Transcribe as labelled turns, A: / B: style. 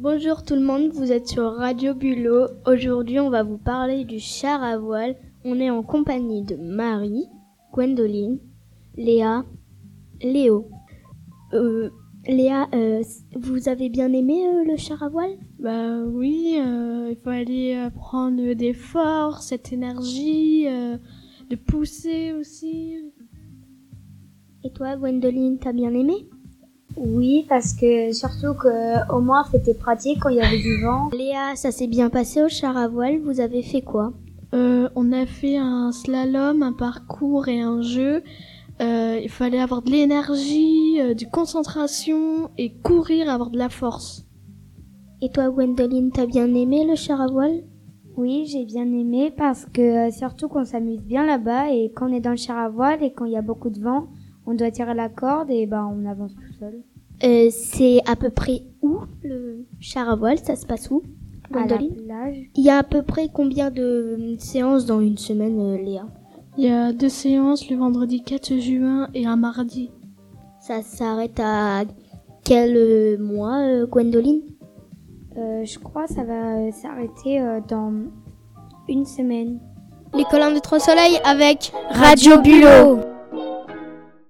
A: Bonjour tout le monde, vous êtes sur Radio Bulot. Aujourd'hui, on va vous parler du char à voile. On est en compagnie de Marie, Gwendoline, Léa, Léo. Euh, Léa, euh, vous avez bien aimé euh, le char à voile
B: Bah oui, euh, il fallait euh, prendre des forces, cette énergie, euh, de pousser aussi.
A: Et toi, Gwendoline, t'as bien aimé
C: Oui, parce que surtout que au moins c'était pratique quand il y avait du vent.
A: Léa, ça s'est bien passé au char à voile. Vous avez fait quoi
B: Euh, on a fait un slalom, un parcours et un jeu. Euh, il fallait avoir de l'énergie, euh, du concentration et courir, avoir de la force.
A: Et toi, Gwendoline, t'as bien aimé le char à voile
C: Oui, j'ai bien aimé parce que euh, surtout qu'on s'amuse bien là-bas et quand on est dans le char à voile et quand il y a beaucoup de vent, on doit tirer la corde et ben on avance tout seul.
A: Euh, C'est à peu près où le char à voile Ça se passe où,
C: À la
A: Gwendoline
C: plage.
A: Il y a à peu près combien de euh, séances dans une semaine, euh, Léa
B: Il y a deux séances, le vendredi 4 juin et un mardi.
A: Ça s'arrête à quel euh, mois, euh, Gwendoline
C: Euh, je crois que ça va euh, s'arrêter euh, dans une semaine.
D: Les collins de Trois Soleils avec Radio Bulot.